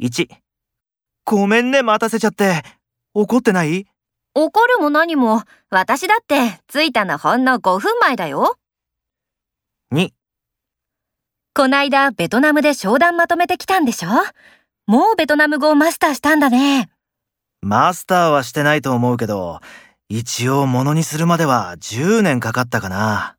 1ごめんね待たせちゃって怒ってない怒るも何も、私だって着いたのほんの5分前だよ。 2こないだベトナムで商談まとめてきたんでしょもうベトナム語をマスターしたんだね。マスターはしてないと思うけど一応物にするまでは10年かかったかな